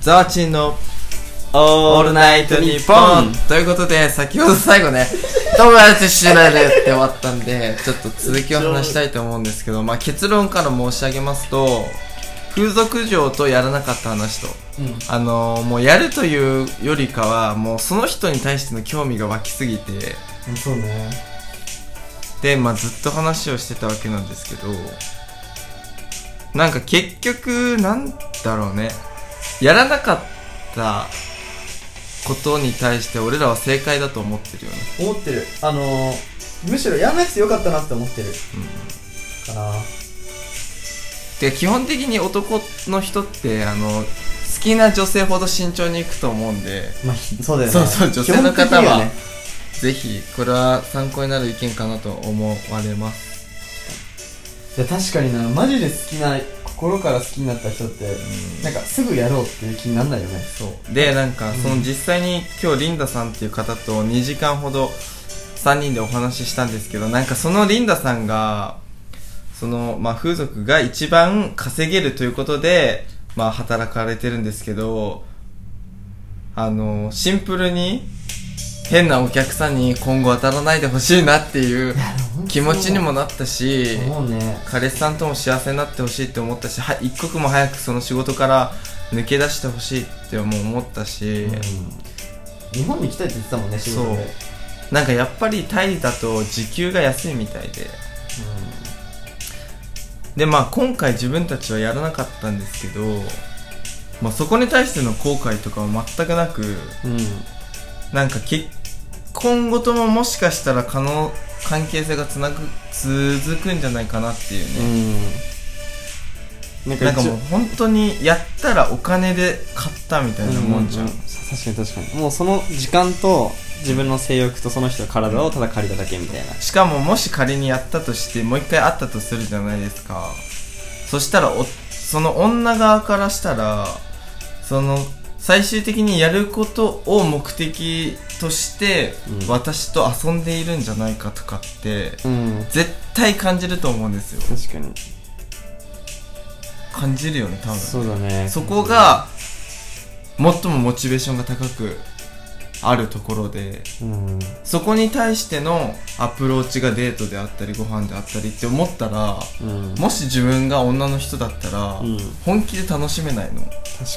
ザワチンのオオールナイトニッポンということで、先ほど最 後ね、友達知られって終わったんで、ちょっと続きを話したいと思うんですけど、まあ結論から申し上げますと、風俗嬢とやらなかった話と、うんあのーもうやるというよりかは、もうその人に対しての興味が湧きすぎて、そうねで、まあずっと話をしてたわけなんですけど、なんか結局、なんだろうね。やらなかったことに対して俺らは正解だと思ってるよね。思ってるあのー、むしろやんなくてよかったなって思ってるかなで、基本的に男の人って、あの、好きな女性ほど慎重に行くと思うんで、まあひそうだよねそうそう女性の基本的に方はぜひ、これは参考になる意見かなと思われます。いや確かになマジで好きな心から好きになった人って、なんかすぐやろうっていう気になんないよねそうでなんかその実際に今日リンダさんっていう方と2時間ほど3人でお話ししたんですけどなんかそのリンダさんがその、まあ、風俗が一番稼げるということで、まあ、働かれてるんですけどあのシンプルに変なお客さんに今後当たらないでほしいなっていう気持ちにもなったし思うね彼氏さんとも幸せになってほしいって思ったしは一刻も早くその仕事から抜け出してほしいってもう思ったし、日本に来たいって言ってたもんね仕事でそうなんかやっぱりタイだと時給が安いみたいででまあ今回自分たちはやらなかったんですけど、まあ、そこに対しての後悔とかは全くなくうん、うん、なんか結婚後とももしかしたら可能関係性がつなぐ続くんじゃないかなっていうね、うん。なんなんかもう本当にやったらお金で買ったみたいなもんじゃん、うう確かに確かに。もうその時間と自分の性欲とその人の体をただ借りただけみたいな。しかももし仮にやったとしてもう一回会ったとするじゃないですかそしたらおその女側からしたらその最終的にやることを目的としてうん私と遊んでいるんじゃないかとかってうん。絶対感じると思うんですよ確かに。感じるよね多分そうだね。そこが最もモチベーションが高くあるところでうん。そこに対してのアプローチがデートであったりご飯であったりって思ったらうん。もし自分が女の人だったら、うん本気で楽しめないの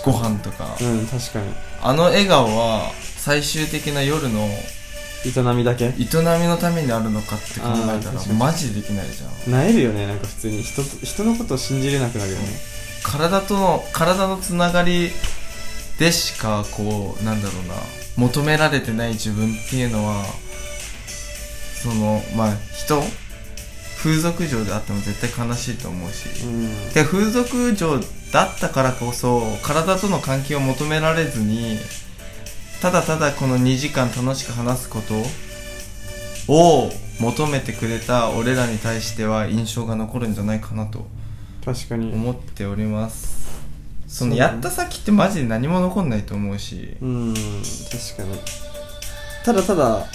ご飯とか、うん、確かに。あの笑顔は最終的な夜の営みだけ営みのためにあるのかって考えたあーら確かにマジでできないじゃんなえるよね、なんか普通に。人と、人のことを信じれなくなるよね。体との体のつながりでしかこうなんだろうな求められてない自分っていうのはそのまあ人風俗嬢であっても絶対悲しいと思うし、うん。で風俗嬢だったからこそ体との関係を求められずにただただこの2時間楽しく話すことを求めてくれた俺らに対しては印象が残るんじゃないかなと確かに。思っておりますそのそうやった先ってマジで何も残んないと思うしうん、確かに。ただただ、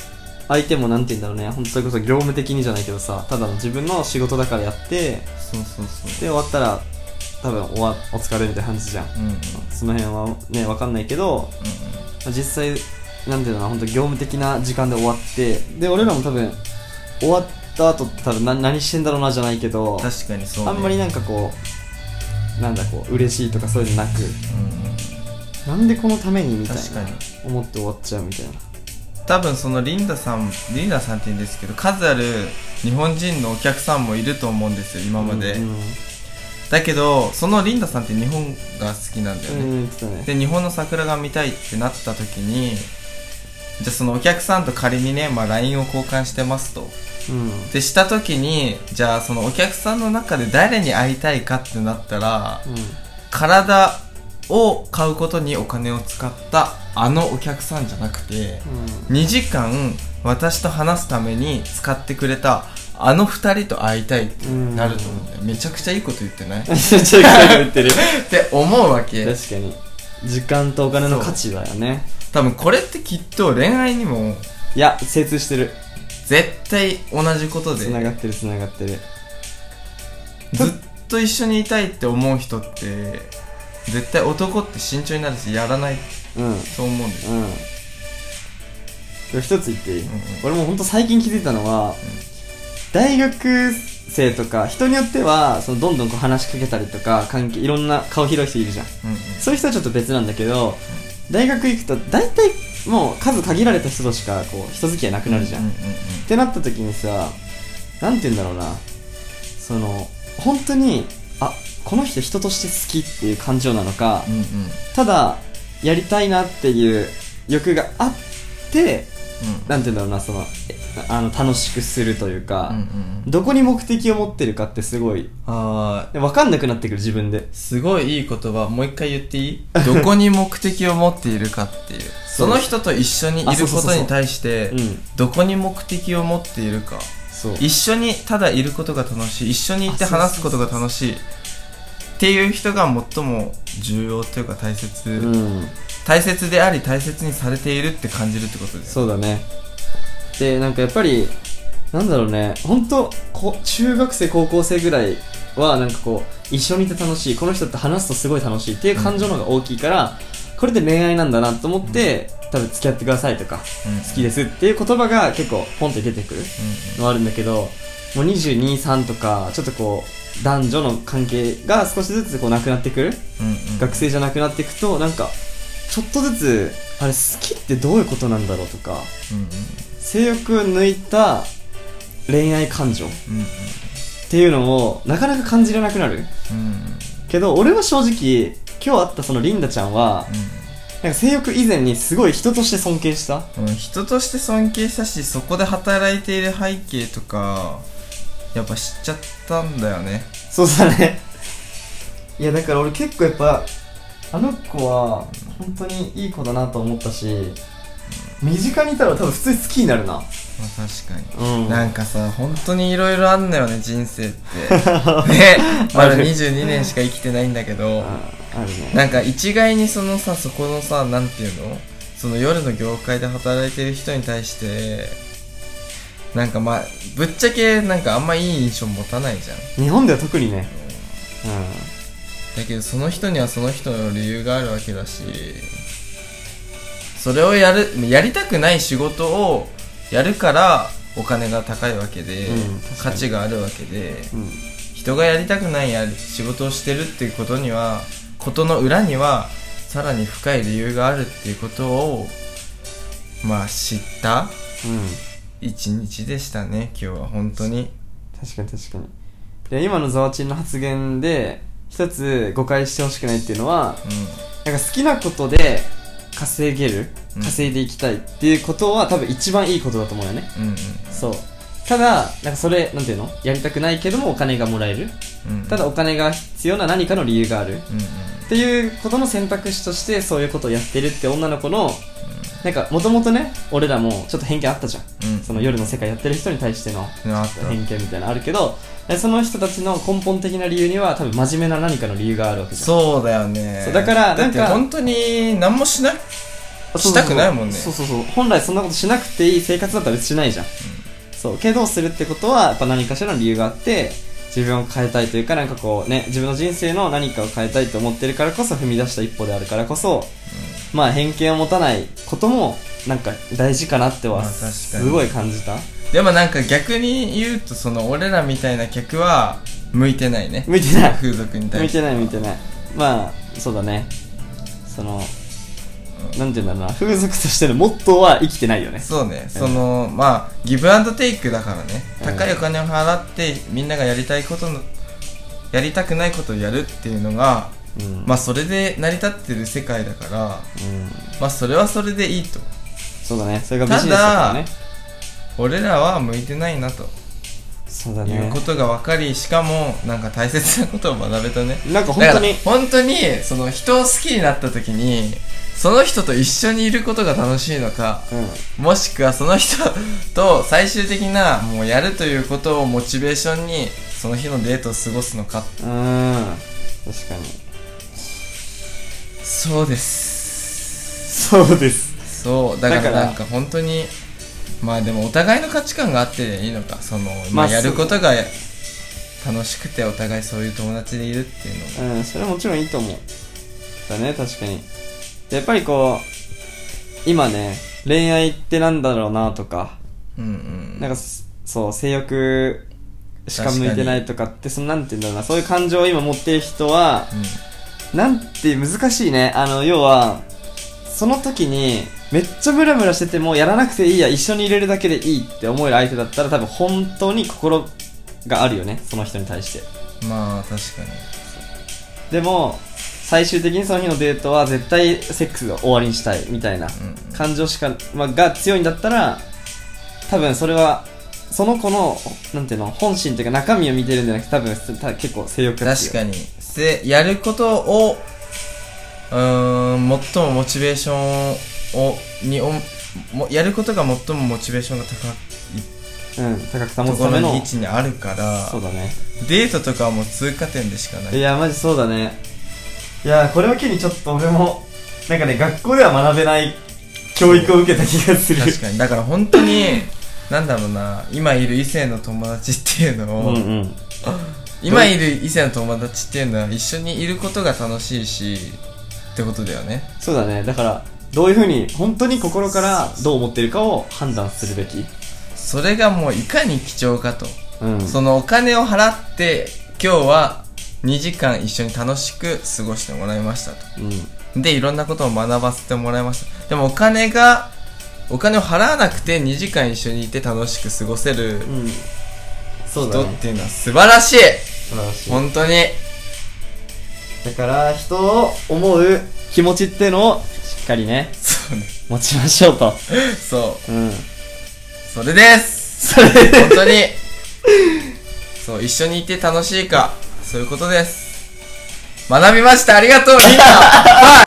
相手もなんて言うんだろうね、本当それこそ業務的にじゃないけどさ、ただの自分の仕事だからやって、そうそうそうで終わったら多分おわお疲れみたいな感じじゃんうんうんうんその辺はね分かんないけどまあ実際なんていうのかな本当業務的な時間で終わってで俺らも多分終わった後って多分な何してんだろうなじゃないけど確かにそう、ね、あんまりうんなんかこうなんだこう嬉しいとかそういうのなくなんでこのためにみたい確かなに思って終わっちゃうみたいな多分そのリンダさんリンダさんって言うんですけど数ある日本人のお客さんもいると思うんですよ今まで、うんだけどそのリンダさんって日本が好きなんだようね、ん言ってたねで日本の桜が見たいってなった時にじゃあそのお客さんと仮にね、まあ、LINE を交換してますとうんでした時にじゃあそのお客さんの中で誰に会いたいかってなったら体を買うことにお金を使ったあのお客さんじゃなくて2時間私と話すために使ってくれたあの2人と会いたいってうんなると思うんだよめちゃくちゃいいこと言ってない っめ ちゃくちゃ 言ってるて思うわけ確かに時間とお金の価値だよね多分これってきっと恋愛にもいや精通してる絶対同じことでつながってるつながってるずっと一緒にいたいって思う人って絶対男って慎重になるしやらないうんうんと思うんですよでも一つ言っていい、んうん俺もうほんと最近気づいたのは、大学生とか人によってはそのどんどんこう話しかけたりとか関係いろんな顔広い人いるじゃんうんうんそういう人はちょっと別なんだけど、大学行くと大体もう数限られた人としかこう人付き合いなくなるじゃん、うんうんってなった時にさなんて言うんだろうなその本当にあこの人人として好きっていう感情なのか、うんうんただやりたいなっていう欲があってなんて言うんだろうなそのえあの楽しくするというか、うんうんうんどこに目的を持ってるかってすごいあー分かんなくなってくる自分ですごいいい言葉もう一回言っていいどこに目的を持っているかっていうそそうの人と一緒にいあそるうそうこそうそうとに対してうんどこに目的を持っているかそう一緒にただいることが楽しい一緒にいてあそうそうそう話すことが楽しいっていう人が最も重要というか大切、うん大切であり大切にされているって感じるってことですそうだねでなんかやっぱりなんだろうね本当こ中学生高校生ぐらいはなんかこう一緒にいて楽しいこの人と話すとすごい楽しいっていう感情の方が大きいから、これで恋愛なんだなと思って、多分付き合ってくださいとかうん好きですっていう言葉が結構ポンって出てくるのはあるんだけどもう223とかちょっとこう男女の関係が少しずつこうなくなってくるうんうんうん学生じゃなくなっていくとなんかちょっとずつあれ好きってどういうことなんだろうとかうんうん性欲を抜いた恋愛感情っうんうんていうのをなかなか感じれなくなるうんけど俺は正直今日会ったそのリンダちゃんはなんか性欲以前にすごい人として尊敬したうんうん人として尊敬したしそこで働いている背景とかやっぱ知っちゃったんだよねそうだね いやだから俺結構やっぱあの子は本当にいい子だなと思ったし身近にいたら多分普通に好きになるなまあ確かにうんなんかさ、本当にいろいろあんのよね、人生って。 ね、まだ22年しか生きてないんだけど、ああるねなんか一概にそのさ、そこのさ、なんていうのその夜の業界で働いてる人に対して、なんかまあ、ぶっちゃけなんかあんまいい印象持たないじゃん。日本では特にねだけどその人にはその人の理由があるわけだし、それをやる、やりたくない仕事をやるから、お金が高いわけで、うん確かに価値があるわけで、うんうん人がやりたくないや仕事をしてるっていうことにはことの裏にはさらに深い理由があるっていうことをまあ知ったうん一日でしたね今日は本当に確かに確かにで今のざわちんの発言で一つ誤解してほしくないっていうのはなんか好きなことで稼げるうん稼いでいきたいっていうことは多分一番いいことだと思うよねうんうんそうただなんかそれなんていうのやりたくないけどもお金がもらえるうんうんただお金が必要な何かの理由があるうんうんっていうことの選択肢としてそういうことをやってるって女の子のなんかもともとね俺らもちょっと偏見あったじゃんうんその夜の世界やってる人に対してのうんあった偏見みたいなのあるけどえその人たちの根本的な理由には多分真面目な何かの理由があるわけじゃんそうだよねそうだからなんかだって本当に何もしないしたくないもんねそうそうそう本来そんなことしなくていい生活だったら別にしないじゃん、そうけどするってことはやっぱ何かしらの理由があって自分を変えたいというかなんかこうね自分の人生の何かを変えたいと思ってるからこそ踏み出した一歩であるからこそ、まあ偏見を持たないこともなんか大事かなってまはあ確かにすごい感じた、でもなんか逆に言うとその俺らみたいな客は向いてないね向いてない風俗に対見しててない見てないまあそうだねそのなんていうんだろうな風俗としてのモットーは生きてないよねそうね、そのまあギブアンドテイクだからね、うん高いお金を払ってみんながやりたいことのやりたくないことをやるっていうのが、うんまあそれで成り立ってる世界だからうんまあそれはそれでいいとそうだねそれがビジネスだからね俺らは向いてないなとそうだいうねことが分かりしかもなんか大切なことを学べたねなんか本当にだから本当にその人を好きになった時にその人と一緒にいることが楽しいのかうんもしくはその人と最終的なもうやるということをモチベーションにその日のデートを過ごすのかうん確かにそうですそうですそうだからだからなんか本当にまあでもお互いの価値観があっていいのかその、ままああ、やるそうことが楽しくてお互いそういう友達でいるっていうのがうんそれはもちろんいいと思うだね確かにでやっぱりこう今ね恋愛ってなんだろうなとかうんうんなんかすそう性欲しか向いてないとかってそのなんて言うんだろうなそういう感情を今持ってる人はなんて難しいねあの要はその時にめっちゃムラムラしててもやらなくていいや一緒に入れるだけでいいって思える相手だったら多分本当に心があるよねその人に対してうんまあ確かにでも最終的にその日のデートは絶対セックスが終わりにしたいみたいなうん感情しか、まあ、が強いんだったら多分それはその子のなんていうの本心というか中身を見てるんじゃなくて多分た結構性欲が強確かいにせやることをうーん最もモチベーションをにおもやることが最もモチベーションがうん高高く保いとつこたろめのに位置にあるからそうだねデートとかはもう通過点でしかないいやマジそうだねいやこれを機にちょっと俺もなんかね学校では学べない教育を受けた気がする確かにだから本当になんだろうな今いる異性の友達っていうのを、うんうん今いる異性の友達っていうのは一緒にいることが楽しいしってことだよねそうだねだからどういうふうに本当に心からどう思ってるかを判断するべきそれがもういかに貴重かとうんそのお金を払って今日は2時間一緒に楽しく過ごしてもらいましたとうんでいろんなことを学ばせてもらいましたでもお金がお金を払わなくて2時間一緒にいて楽しく過ごせるうんそうだ人っねていうのは素晴らしい素晴らしい本当にだから人を思う気持ちっていうのをしっかりねそうね持ちましょうとそうんうそれですそれ本当にそう一緒にいて楽しいかそういうことです学びましたありがとうみんな